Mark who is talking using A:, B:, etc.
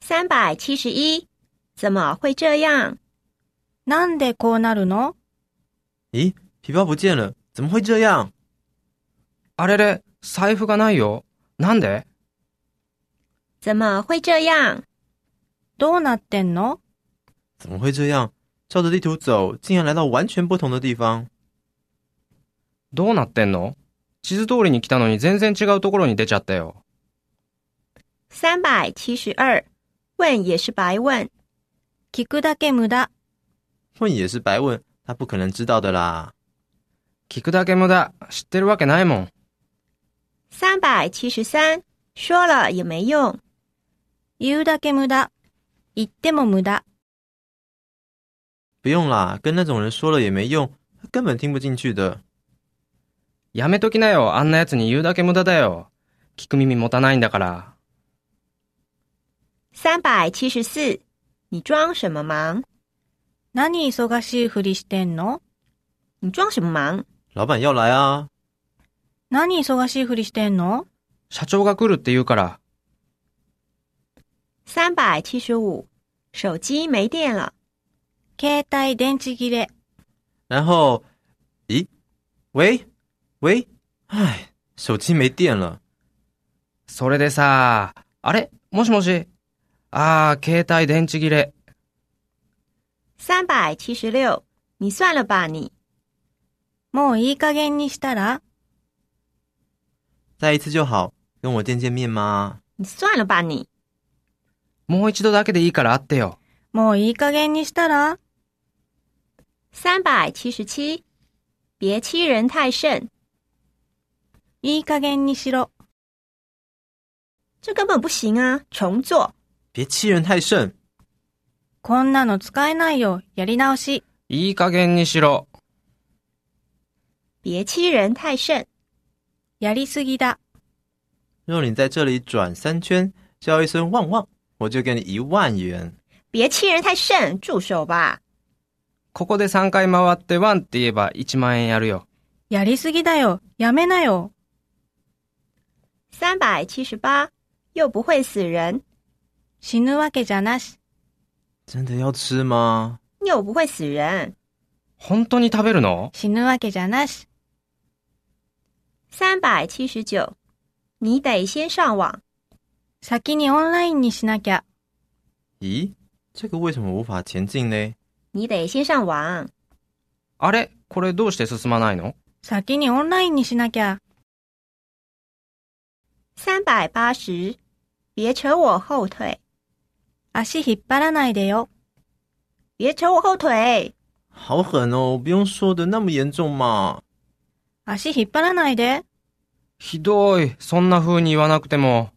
A: 三百七十一，怎么会这样？
B: なんでこうなるの
C: 咦，皮包不见了，怎么会这样？
D: あれれ、財布がないよ。なんで
A: 怎么会这样？
B: どうなってんの
C: 怎么会这样？照着地图走，竟然来到完全不同的地方。
D: どうなってんの地図通りに来たのに全然違うところに出ちゃったよ。
A: 三百七十二，问也是白问。
B: 聞くだけ無駄。
C: 问也是白问，他不可能知道的啦。
D: 聞くだけ無駄。知ってるわけないもん。
A: 三百七十三，说了也没用。
B: 言うだけ無駄。言っても無駄。
C: 不用啦，跟那种人说了也没用，他根本听不进去的。
D: やめときなよ。あんな奴に言うだけ無駄だよ。聞く耳持たないんだから。
A: 三百七十四，你装什么忙？
B: 何忙しいふりしてんの
A: 你装什么忙？
C: 老板要来啊，
B: 何忙しいふりしてんの
D: 社長が来るって言うから。
A: 三百七十五，手机没电了。
B: 携帯電池切れ。
C: 然后，咦，喂，喂，唉，手机没电了。
D: それでさ、あれもしもしあー、携帯電池切れ。
A: 三百七十六，你算了吧你。
B: もういい加減にしたら
C: 再一次就好，跟我见见面吗？
A: 你算了吧你。
D: もう一度だけでいいから会ってよ。
B: もういい加減にしたら
A: 三百七十七，别欺人太甚，
B: いい加減にしろ。
A: 这根本不行啊！重做。
C: 别欺人太甚。
B: こんなの使えないよ。やり直し。
D: いい加減にしろ。
A: 别欺人太甚。
B: やりすぎだ。
C: 若你在这里转三圈，叫一声“旺旺”，我就给你一万元。
A: 别欺人太甚，住手吧！
D: ここで3回回ってワンって言えば1万円やるよ。
B: やりすぎだよ。やめなよ。
A: 三百七十八，又不会死人，
B: 死ぬわけじゃなし。
C: 真的要吃吗？
A: 又不会死人。
D: 本当に食べるの
B: 死ぬわけじゃなし。
A: 三百七十九，你得先上网。
B: 先にオンラインにしなきゃ。
C: 咦，这个为什么无法前进呢？
A: 你得先上网。
D: あれこれどうして進まないの
B: 先にオンラインにしなきゃ。
A: 三百八十，别扯我后腿，
B: 足引っ張らないでよ。
A: 别扯我后腿。
C: 好狠哦！不用说的那么严重嘛。
B: 足引っ張らないで。
D: ひどい。そんな風に言わなくても。